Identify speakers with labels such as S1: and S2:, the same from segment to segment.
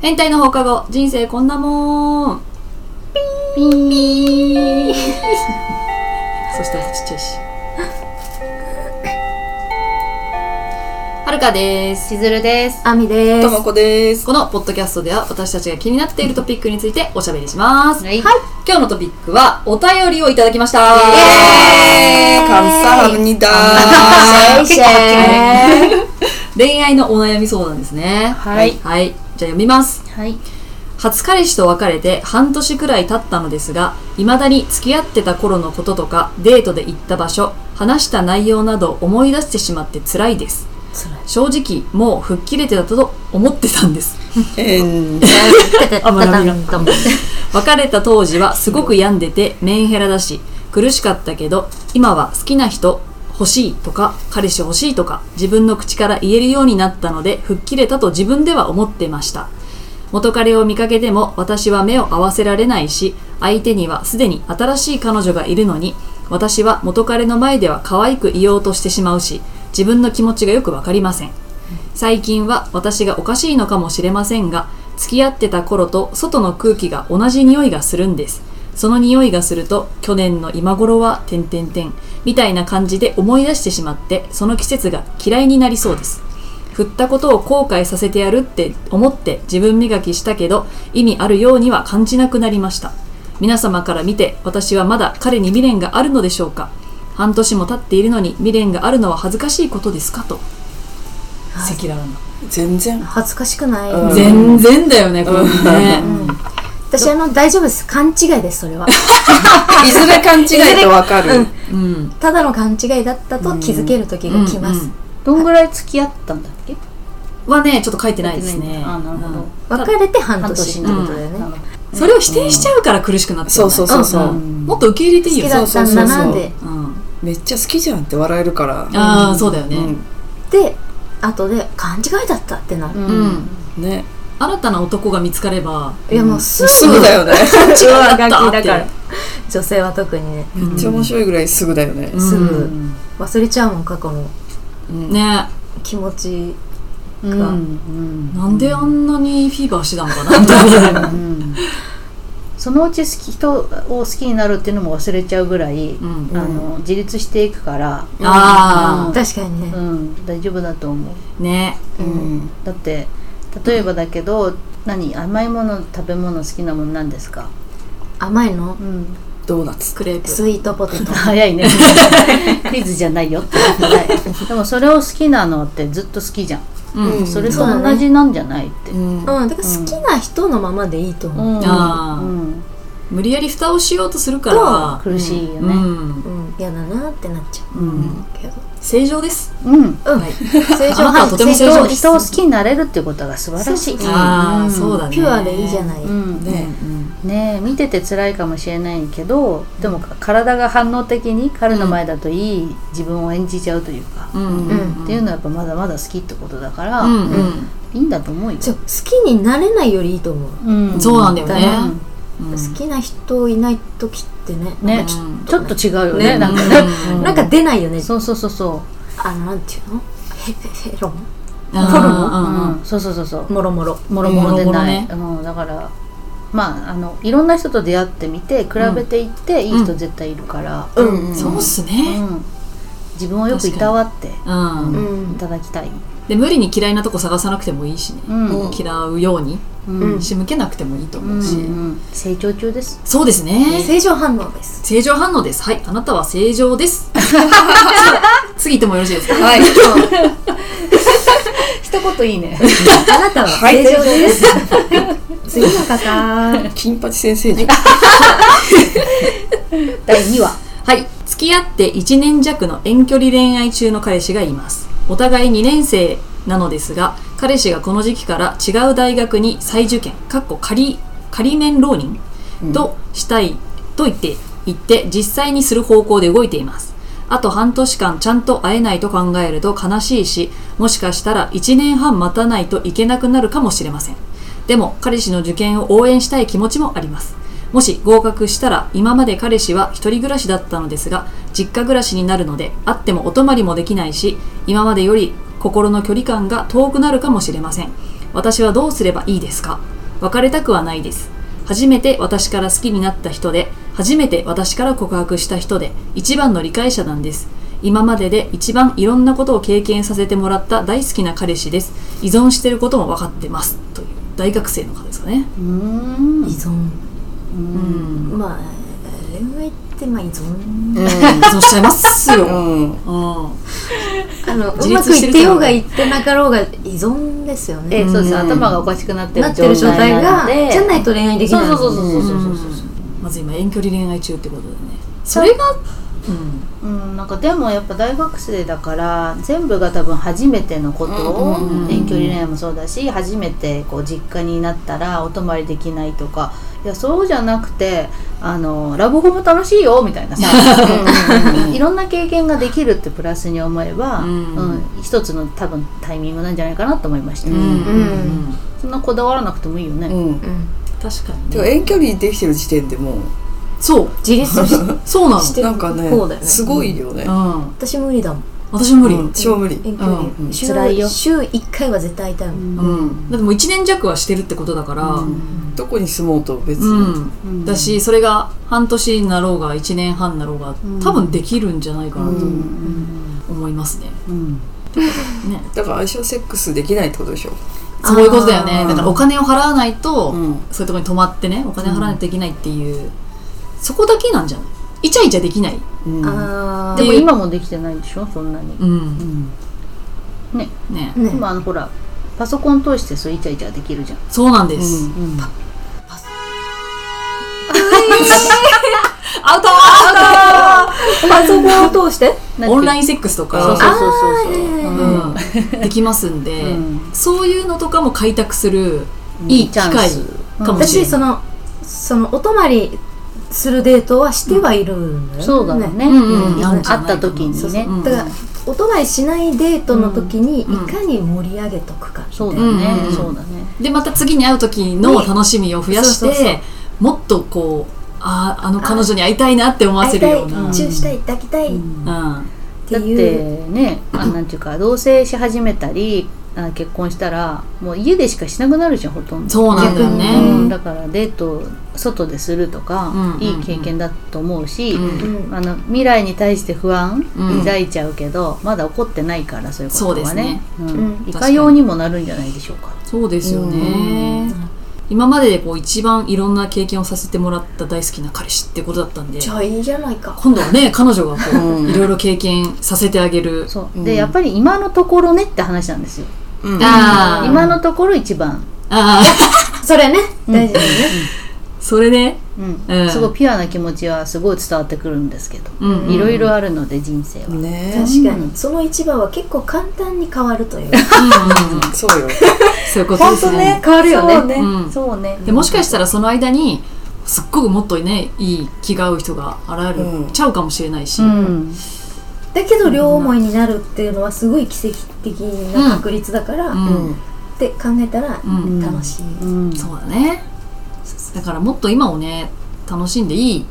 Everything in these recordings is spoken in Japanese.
S1: 変態の放課後人生こんなもん
S2: ピー
S1: そしたらちっちゃいし はるかです
S2: しずるです
S3: あみで
S4: ともこです。
S1: このポッドキャストでは私たちが気になっているトピックについておしゃべりします
S2: はい
S1: 今日のトピックはお便りをいただきました
S4: えー、感謝합니다。
S3: シェイシェイ
S1: 恋愛のお悩み相談ですね
S2: はい
S1: はい、じゃあ読みます
S2: はい
S1: 初彼氏と別れて半年くらい経ったのですが、未だに付き合ってた頃のこととか、デートで行った場所、話した内容など思い出してしまって辛いです。正直、もう吹っ切れてたと思ってたんです。
S4: えー、
S3: あまらみろ
S1: 別れた当時はすごく病んでてメンヘラだし苦しかったけど今は好きな人欲しいとか彼氏欲しいとか自分の口から言えるようになったので吹っ切れたと自分では思ってました元彼を見かけても私は目を合わせられないし相手にはすでに新しい彼女がいるのに私は元彼の前では可愛くいようとしてしまうし自分の気持ちがよくわかりません最近は私がおかしいのかもしれませんが付き合ってた頃と外の空気が同じ匂いがするんですその匂いがすると去年の今頃は点々点みたいな感じで思い出してしまってその季節が嫌いになりそうです振ったことを後悔させてやるって思って自分磨きしたけど意味あるようには感じなくなりました皆様から見て私はまだ彼に未練があるのでしょうか半年も経っているのに未練があるのは恥ずかしいことですかと赤裸々な
S4: 全然。
S3: 恥ずかしくない、
S4: うん
S1: 全然だよね、これね。
S3: 私あの大丈夫です勘違いですそれはい
S4: ずれ勘違いとわかる。
S1: うん。
S3: ただの勘違いだったと気づける時が来ます、
S1: うん
S2: どんぐらい付き合ったんだっけ
S1: はね、ちょっと書いてないですね。
S2: あなるほど
S3: 別れて半
S2: 半
S3: 年
S2: 年
S3: っ
S2: っててことと
S3: こだ
S2: だ
S3: よ
S2: よ
S3: ね、
S2: ね
S3: 好
S1: うんそれを否定しちゃうから苦しくなって
S4: そうそうそうそうう。
S1: もっと受け入れていい
S3: き
S1: よ。
S3: だったんだなって
S1: うん。
S4: めっちゃ好きじゃんって笑えるから。
S1: ああ、そうだよね。
S3: で後で勘違いだったってなる、
S1: う。
S2: うん
S4: うん。ね。
S1: 新たな男が見つかれば、
S3: いやもうすぐ
S4: すぐだよね。
S1: 勘違いだ
S3: 上書きだ
S1: っ
S3: か
S1: たっ
S3: ら女性は特にね
S1: て。
S4: めっちゃ面白いぐらいすぐだよね
S1: う。ん
S3: すぐ
S1: うん
S3: 忘れちゃうもん過去の
S4: うん
S1: ね
S3: 気持ち
S2: うんうん
S1: なんであんなにフィーバーしてたのかな。
S2: うんそのうち好き人を好きになるっていうのも忘れちゃうぐらい、
S1: うん。
S2: あの自立していくから、
S1: あ
S3: 確かにね、
S2: うん、大丈夫だと思う
S1: あ、ね。
S4: うん。
S2: だって例えばだけど何甘いもの食べ物好きなものなんですか、
S3: 甘いの
S2: うん、
S4: ドーナツ。
S1: クレープ。
S3: スイートポテト
S2: 早いねクイズじゃないよってでもそれを好きなのってずっと好きじゃん、
S1: うん。
S2: それと
S3: そうだね
S2: 同じなんじゃないって、
S4: うん。
S3: うんだから好きな人のままでいいと思う、
S2: うん
S1: あー
S2: うん
S1: 無理やり蓋をしようとするから。
S2: 苦しいよ
S1: う
S2: ね
S1: ん。
S3: うん、嫌だなってなっちゃ
S2: う、
S3: うんけど
S1: 正常です。
S2: うん
S3: うん、
S1: はいあ
S3: 正
S1: な
S3: 常
S1: たは
S3: 範
S1: と
S3: 囲
S1: ても正常
S2: 人
S3: 正常
S2: を
S1: です
S2: 人を好きになれるっていうことが素晴らしい
S3: そうそう
S1: ああ、そう
S2: だ、
S1: だね。
S3: ピュアでいいじゃない、
S2: うん
S4: ね
S1: うん
S2: ねえ見てて辛いかもしれないけどでも体が反応的に彼の前だといい自分を演じちゃうというか、
S1: うんうん
S2: っていうのはやっぱまだまだ好きってことだから、
S1: うん
S2: いいんだと思うよ、
S3: そう好きになれないよりいいと思う、
S2: う
S1: うんそうなんだよね
S2: だね
S1: うん
S3: 好きな人いない時ってね
S2: ね
S3: ちょ
S1: うん
S2: ちょっと違うよね
S3: ね
S2: なんかね、
S1: うん
S3: なんか出ないよね
S2: そうそうそうそ
S3: あのなんていうのヘペヘロン
S1: あー
S2: う
S1: うんうん
S2: うんそうそうそうそう
S3: もろもろ
S2: もろもろで
S1: もろもろ
S2: ない、
S1: ね
S2: うん、だからまああのいろんな人と出会ってみて比べていって、いい人絶対いるから、
S3: うん
S4: うん
S1: そうっす
S2: う
S1: ね。
S2: ん自分をよくいたわって
S1: うん。
S3: うん
S2: いただきたい、
S1: で、無理に嫌いなとこ探さなくてもいいしね。
S2: うん
S1: 嫌うように
S2: うん
S1: 仕向けなくてもいいと思うし。
S2: うん成長中です。
S1: そうですね。
S3: 正常反応です
S1: 正常反応です。はい。あなたは正常です。 次行ってもよろしいですかはい。
S2: 一言いい ね。
S3: あなたは正常です、 次の方
S4: 金八先生じゃん。
S2: 第二話。
S1: はい。付き合って1年弱の遠距離恋愛中の彼氏がいます。お互い2年生なのですが、彼氏がこの時期から違う大学に再受験、かっこ仮、仮面浪人としたいと言って、言って実際にする方向で動いています。あと半年間ちゃんと会えないと考えると悲しいし、もしかしたら1年半待たないといけなくなるかもしれません。でも彼氏の受験を応援したい気持ちもあります。もし合格したら今まで彼氏は一人暮らしだったのですが実家暮らしになるので会ってもお泊まりもできないし今までより心の距離感が遠くなるかもしれません私はどうすればいいですか別れたくはないです。初めて私から好きになった人で、初めて私から告白した人で、一番の理解者なんです。今までで一番いろんなことを経験させてもらった大好きな彼氏です。依存してることも分かってます。という大学生の方ですかね。
S2: うーん
S3: 依存
S1: うん。
S3: まあ恋愛ってまあ依存
S1: 依存しちゃいますよ。うん。
S4: うん。
S3: あのう
S1: 自
S3: ま
S1: 立
S3: く
S1: してると
S3: いって
S1: ね
S3: ようがいってなかろうが依存ですよ
S2: ええ
S3: ね
S2: そうです
S4: うん
S2: 頭がおかしくなってる
S3: なってる状態
S2: な
S3: が
S2: ので
S3: じゃないと恋愛でき
S2: そう
S3: ない
S2: そうそうそうそううそうそう
S1: まず今遠距離恋愛中ってことでね。それが、うん。
S2: うん、なんかでもやっぱ大学生だから全部が多分初めてのことを
S4: うん
S1: うんうん
S2: 遠距離恋愛もそうだし初めてこう実家になったらお泊まりできないとかいやそうじゃなくてあのラブホも楽しいよみたいなさうん いろんな経験ができるってプラスに思えば、
S1: うん
S2: うん一つの多分タイミングなんじゃないかなと思いました、
S4: うん
S3: うん
S2: そんなこだわらなくてもいいよね、
S4: うん。
S3: うん
S1: 確かに
S4: でも
S1: ね。
S4: 遠距離できてる時点でもう、
S1: そう。
S3: 自立し
S1: そうなの。
S3: してる
S4: なんかね
S3: 方だよね
S4: すごいよね。
S1: うん。
S3: 私無理だもん
S1: 私も無理。
S4: うん超無理。
S3: 遠距離、
S4: うん
S3: 週
S2: 辛いよ
S3: 週1回は絶対会いたいもん、
S1: うんだってもう1年弱はしてるってことだから、う
S4: うんんどこに住もうと別に。
S2: うん
S1: だしそれが半年になろうが1年半になろうが
S2: ん
S1: 多分できるんじゃないかな
S2: う
S1: と
S2: ん
S1: 思いますね。
S2: うん
S1: ね
S4: だから相性セックスできないってことでしょ。
S3: あー
S1: そういうことだよね
S4: うん
S1: だからお金を払わないと、
S4: うん
S1: そういうところに泊まってねお金払わないといけないっていう、そこだけなんじゃないイチャイチャできない、
S4: うん
S3: あ
S2: で
S3: ー
S2: も今もできてないでしょそんなに、
S1: うん
S2: ね
S1: ね
S3: ね
S2: 今あのほらパソコン通してそうイチャイチャできるじゃん、
S1: そうなんです、
S2: うん
S1: アウト
S3: パソコンを通して
S1: オンライ
S2: ン
S1: ンセックスと
S2: そう
S1: か
S2: そうそうそうそう
S3: あー
S1: う
S2: うん
S1: んできますんで、
S2: うん
S1: そういうのとかも開拓するいい機
S2: チャン
S1: 会
S2: ス
S1: かもしれ
S3: 私
S1: な
S3: そ
S1: い。
S3: のそのお泊まりするデートはしてはいるんだよ、ね
S2: そうだろうね
S1: うんうん
S2: うん
S1: なん
S2: 会っ
S1: じゃないかな
S2: た時にね
S1: うん
S3: だからお泊まりしないデートの時にい
S1: うん
S3: かに盛り上げとくかみたい
S2: そうだ
S3: な、
S1: うんうんう
S2: ね
S1: ん
S2: そうだね
S1: でまた次に会う時の楽しみを増やして、
S3: ねそうそう
S1: もっとこうあああの彼女に会いたいなって思わ
S3: 会
S1: せ
S3: い
S1: る
S3: た
S1: よ
S3: いう
S1: な。
S3: チューしたい抱きたいっ
S1: うん
S3: て
S2: だっ
S3: いう、
S2: てねあなんていうか同棲し始めたりあ結婚したらもう家でしかしなくなるじゃんほとんど
S1: そうなんだよね
S2: 逆にうんだからデート外でするとか、
S1: うんうん
S2: いい経験だと思うし、
S1: うん
S3: うん
S2: あの未来に対して不安
S1: うん
S2: 抱いちゃうけど、まだ起こってないからそういうことは
S1: そ
S2: ね
S1: うですね
S2: うん
S1: うん
S2: いかようにもなるんじゃないでしょうか
S1: そうですよね。今まででこう一番いろんな経験をさせてもらった大好きな彼氏ってことだったんで
S3: じゃあいいじゃないか
S1: 今度はね彼女がこう、
S4: うん
S1: いろいろ経験させてあげる
S2: そう、
S4: うん
S2: でやっぱり今のところねって話なんですよ
S4: うん
S1: あー
S2: 今のところ一番、
S1: ああ
S3: それね大事だよね、
S1: それね
S2: うん
S1: うん
S2: すごいピュアな気持ちはすごい伝わってくるんですけど、
S1: うんうん
S2: いろいろあるので人生は、
S4: ねえ
S3: 確かにその一番は結構簡単に変わるとい
S1: う
S3: う
S1: んうんうん
S4: そうよ。
S1: そういうことですね。
S3: 変わるよね
S2: そうね,、
S1: うん
S2: そうね
S1: でもしかしたらその間にすっごくもっとねいい気が合う人が現れ
S4: うん
S1: ちゃうかもしれないし、
S2: うん
S3: だけど両思いになるっていうのはすごい奇跡的な確率だから、
S1: うん
S4: うん
S3: って考えたら
S1: うん
S3: 楽しい、
S2: うん
S1: そうだねだからもっと今をね楽しんでいい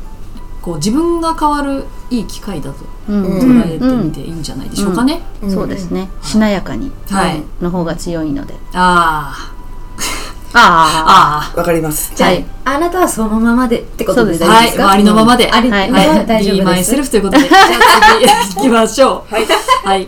S1: こう自分が変わるいい機会だと
S2: うん
S4: うん
S1: 捉えてみていいんじゃないでしょうかね、
S4: うん
S2: そうですねしなやかに、
S1: はい
S2: の方が強いので
S1: あ
S2: あ
S1: ああ
S4: わかります。
S3: じゃあ、
S2: はい
S3: あなたはそのままでってことで
S2: そうで
S3: 大
S2: す
S3: 丈
S1: あは
S3: 夫で
S1: い周り
S3: すか、
S1: のままで、
S3: あり、
S2: は
S1: はい
S3: は、大丈
S1: Be
S3: 夫
S1: my
S3: です
S1: self ということで、じゃあ次行きましょ う。はい。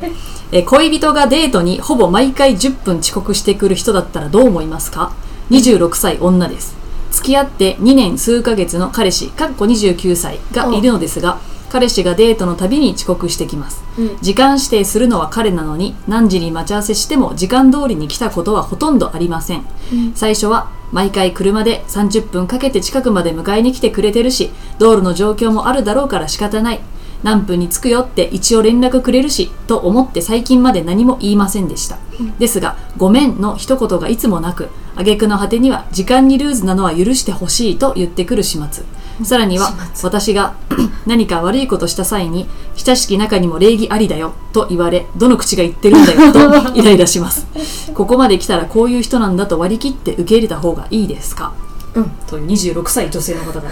S1: えー恋人がデートにほぼ毎回10分遅刻してくる人だったらどう思いますか ?26 歳女です。付き合って2年数ヶ月の彼氏、かっこ29歳がいるのですが、彼氏がデートのたびに遅刻してきます。
S3: うん
S1: 時間指定するのは彼なのに何時に待ち合わせしても時間通りに来たことはほとんどありません、
S3: うん
S1: 最初は毎回車で30分かけて近くまで迎えに来てくれてるし道路の状況もあるだろうから仕方ない何分に着くよって一応連絡くれるしと思って最近まで何も言いませんでした、ですが「ごめん」の一言がいつもなく挙句の果てには時間にルーズなのは許してほしいと言ってくる始末さらには
S3: 始末
S1: 私が 何か悪いことした際に親しき中にも礼儀ありだよと言われどの口が言ってるんだよとイライラしますここまで来たらこういう人なんだと割り切って受け入れた方がいいですか、
S3: うん
S1: という26歳女性の方から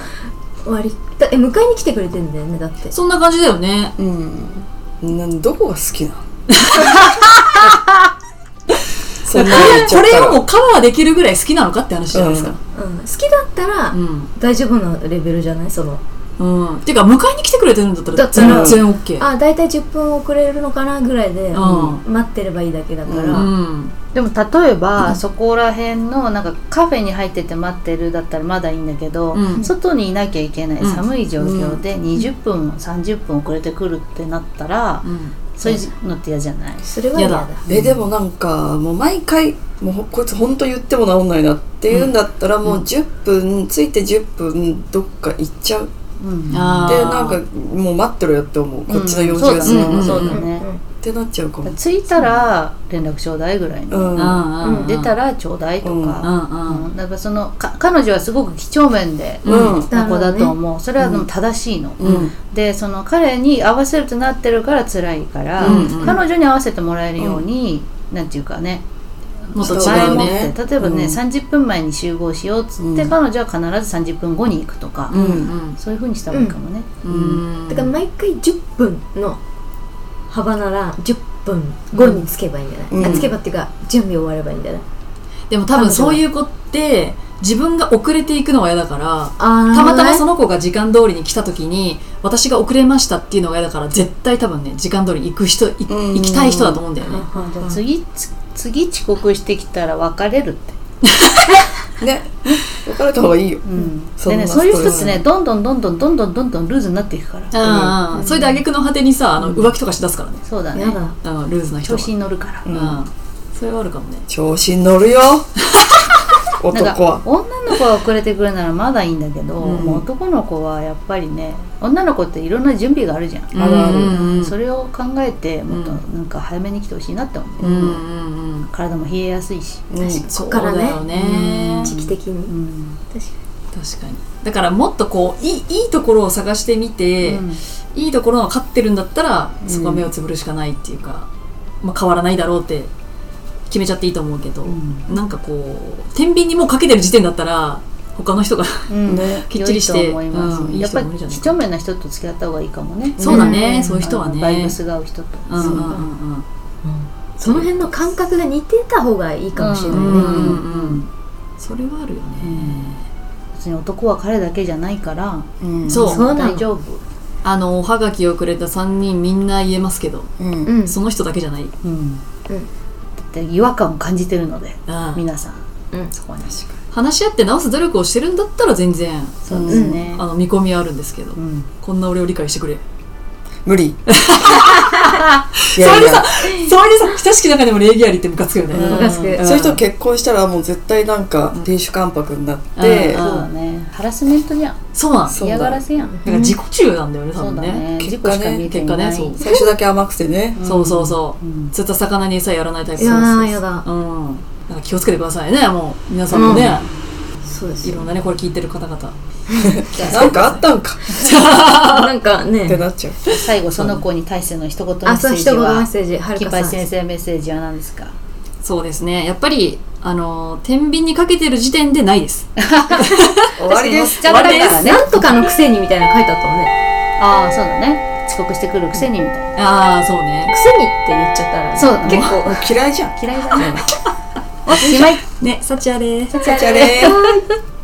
S3: 割りだえ迎えに来てくれてんだよねだって
S1: そんな感じだよね
S4: うん。なんどこが好きなのそんな
S1: こ
S4: の言っちゃっ
S1: れ
S4: たら
S1: をもうカバーできるぐらい好きなのかって話じゃないですか。
S3: うん、好きだったら
S1: うん。
S3: 大丈夫なレベルじゃないその
S1: うん。てか、迎えに来てくれてるんだった
S3: だ
S1: ら
S3: ったら
S1: 全然 OK。
S3: あ大体10分遅れるのかなぐらいで、
S1: うん
S3: 待ってればいいだけだから、
S4: う
S1: うん。
S2: でも例えば、そこら辺のなんかカフェに入ってて待ってるだったらまだいいんだけど、
S1: うん
S2: 外にいなきゃいけない
S1: うん
S2: 寒い状況で20分、30分遅れてくるってなったら、
S1: うん。
S2: そういうのって嫌じゃない、
S3: それは嫌だ
S1: やだ
S4: えでもなんかもう毎回もうほこいつ本当言っても治んないなって言うんだったらもう10分ついて10分どっか行っちゃう
S2: うん
S1: あー
S4: でなんかもう待ってろよって思うこっちの用事が済む
S1: うん
S4: までっ
S2: そうだね、
S4: てなっちゃうかも
S2: 着いたら連絡ちょうだいぐらいの、
S4: うん
S1: うんうんうん。
S2: 出たらちょうだいと
S1: う
S2: か、う
S1: ん
S2: ん
S1: うん。
S2: だからそのか彼女はすごく几帳面で
S4: うんうん
S2: な子だと思う、それはでも正しいの、でその彼に合わせるとなってるから辛いから、
S1: うんうん
S2: 彼女に合わせてもらえるように、なんていうかね
S1: もっと
S2: 前
S1: 違う
S2: もっ
S1: ね。
S2: て例えばね、
S4: うん
S2: 30分前に集合しようっつって、
S4: うん
S2: 彼女は必ず30分後に行くとか、
S1: うんうん。
S2: そういうふうにした方がいいかもね、
S1: うん。
S3: だから毎回10分の幅なら10分後につけばいいんじゃない、
S4: うん
S3: あつけばっていうか準備終わればいいんじゃない
S1: でも多分そういう子って、自分が遅れていくのは嫌だから、
S3: あ
S1: たまたまそ
S3: の
S1: の子が時間通りに来た時に私が遅れましたっていうのが嫌だから絶対多分ね時間通りに行く人い
S4: うん
S1: 行きたい人だと思うんだよね
S2: じゃあ次つ次遅刻してきたら別れるって、
S4: ね別れた方がいいよ
S2: うん
S4: そん
S2: で
S4: な
S2: ねそういう人って
S4: ストレ
S2: ね
S4: ス
S2: どんどんどんどんどんどんどんどんルーズになっていくから
S1: ああ、それで挙句の果てにさあの浮気とかしだすからね、
S2: そうだね
S3: やだ
S1: あのルーズな人
S2: 調
S1: は
S2: 子に乗るから、
S1: うんん、それはあるかもね
S4: 調子に乗るよ
S2: なんか
S4: 男は
S2: 女の子は遅れてくるならまだいいんだけど、
S1: うん
S2: もう男の子はやっぱりね女の子っていろんな準備があるじゃん、
S1: あるあるうん
S2: それを考えてもっとなんか早めに来てほしいなって思う、
S1: うんうんうん
S2: 体も冷えやすいし、
S4: うん
S1: そう
S3: からね
S1: だよね
S3: 時期的
S2: う
S3: に
S2: ん
S3: 確か
S1: 確かにだからもっとこういいいいところを探してみて、
S2: うん
S1: いいところの勝ってるんだったら
S2: うん
S1: そこは目をつぶるしかないっていうか、まあ、変わらないだろうって決めちゃっていいと思うけど、
S2: うん
S1: なんかこう天秤にもうかけてる時点だったら他の人が
S2: うん
S4: ね
S1: きっちりして
S2: 良いと思います、
S1: うんいい
S2: やっ
S1: 人
S2: ぱ
S1: もいるん
S2: り
S1: じゃない
S2: 几帳面な人と付き合った方がいいかもね
S1: そうだね、
S3: うん
S1: そういう人はね
S2: バイブスが合う人と、
S1: うんうんうんうん
S3: にその辺の感覚が似てた方がいいかもしれないね、
S1: うんうん
S2: う
S1: うんそれはあるよね、
S2: 別に男は彼だけじゃないから
S4: うん
S1: そう
S3: そうなの
S2: 大丈夫、
S1: あのおはがきをくれた3人みんな言えますけど、
S4: うん
S3: うん
S1: その人だけじゃない、うん、
S2: うんだって違和感を感じてるので皆さん、
S3: うん
S2: そこに
S1: 話し合って直す努力をしてるんだったら全然
S2: そうですね、
S1: あの見込みはあるんですけど、
S2: うん
S1: こんな俺を理解してくれ
S4: 無 理い
S1: そ
S4: や
S1: れ
S4: い
S1: で
S4: や
S1: さそれでさ親しき中でも礼儀ありってムカつくよね、
S4: うん
S3: ムカつく
S4: そういう人結婚したらもう絶対なんか亭主関白になって
S1: うん
S2: そうだねハラスメントじゃん
S1: そうなんです
S4: そうだ
S2: 嫌がらせやん
S1: だから自己中なんだよね多
S2: そう
S1: 分
S2: だ
S1: ね
S2: ね
S4: 結
S2: 自己
S4: 果ね
S2: しか見えていない
S1: 結果ね
S4: 最初だけ甘くてね
S2: うん
S1: そうそうそう、
S2: うん
S1: 釣った魚に餌やらないタイプ
S3: いや
S1: そうそうそ
S3: ー
S1: う
S3: やだ
S1: うん、だから気をつけてくださいねもう皆さんもね、
S3: そうです
S1: い
S3: よ
S1: ろんなねこれ聞いてる方々
S4: なんかあったんか
S3: なんか
S4: って
S3: ね
S4: なっちゃう
S2: 最後その子に対しての一言メッ
S3: あ
S2: セ
S3: そう
S2: ー
S3: 一
S2: ジ
S3: 言メッ
S2: は
S3: セージはる
S2: 金
S3: か
S2: 八
S3: さん
S2: 先生メッセージは何ですか
S1: そうですねやっぱりあのー天秤にかけてる時点でないです終
S2: 確かに乗っちゃった
S4: 終わりです
S1: わり
S2: からね
S3: なんとかのくせにみたいなの書いてあったもんね
S2: ああそうだね遅刻してくるくせにみたい
S1: あ
S2: な
S1: あそうね
S3: くせにって言っちゃったら
S2: そうだね
S3: 結構
S4: 嫌いじゃん
S2: 嫌いだね おしまい
S1: ね幸あれ
S4: さちゃれー